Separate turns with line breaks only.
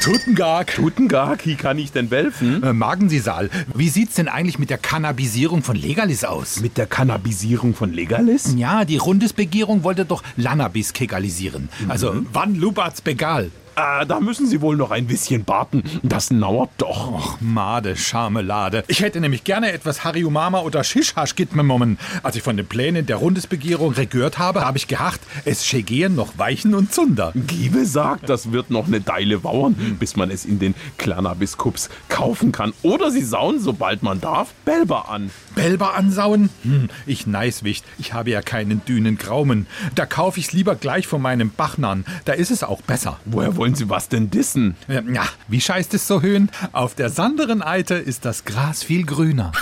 Tuttengark.
Tutengag, wie kann ich denn helfen?
Äh, Magen Sie Saal, wie sieht's denn eigentlich mit der Cannabisierung von Legalis aus?
Mit der Cannabisierung von Legalis?
Ja, die Rundesbegierung wollte doch Lanabis kegalisieren. Also wann Lubatz Begal?
Ah, da müssen Sie wohl noch ein bisschen warten. Das nauert doch.
Och, Made, Scharmelade. Ich hätte nämlich gerne etwas Hariumama oder Shishash gitmemommen. Als ich von den Plänen der Rundesbegierung regört habe, habe ich gehacht, es schegehen noch Weichen und Zunder.
Giebe sagt, das wird noch eine Deile dauern, bis man es in den Cannabis-Cups kaufen kann. Oder Sie sauen, sobald man darf, Belber an.
Belber ansauen? Hm, ich neiswicht. Ich habe ja keinen dünnen Graumen. Da kaufe ich's lieber gleich von meinem Bachnern. Da ist es auch besser.
Woher wollen Sie was denn dissen?
Ja, wie scheißt es so höhn? Auf der Sanderen Eite ist das Gras viel grüner.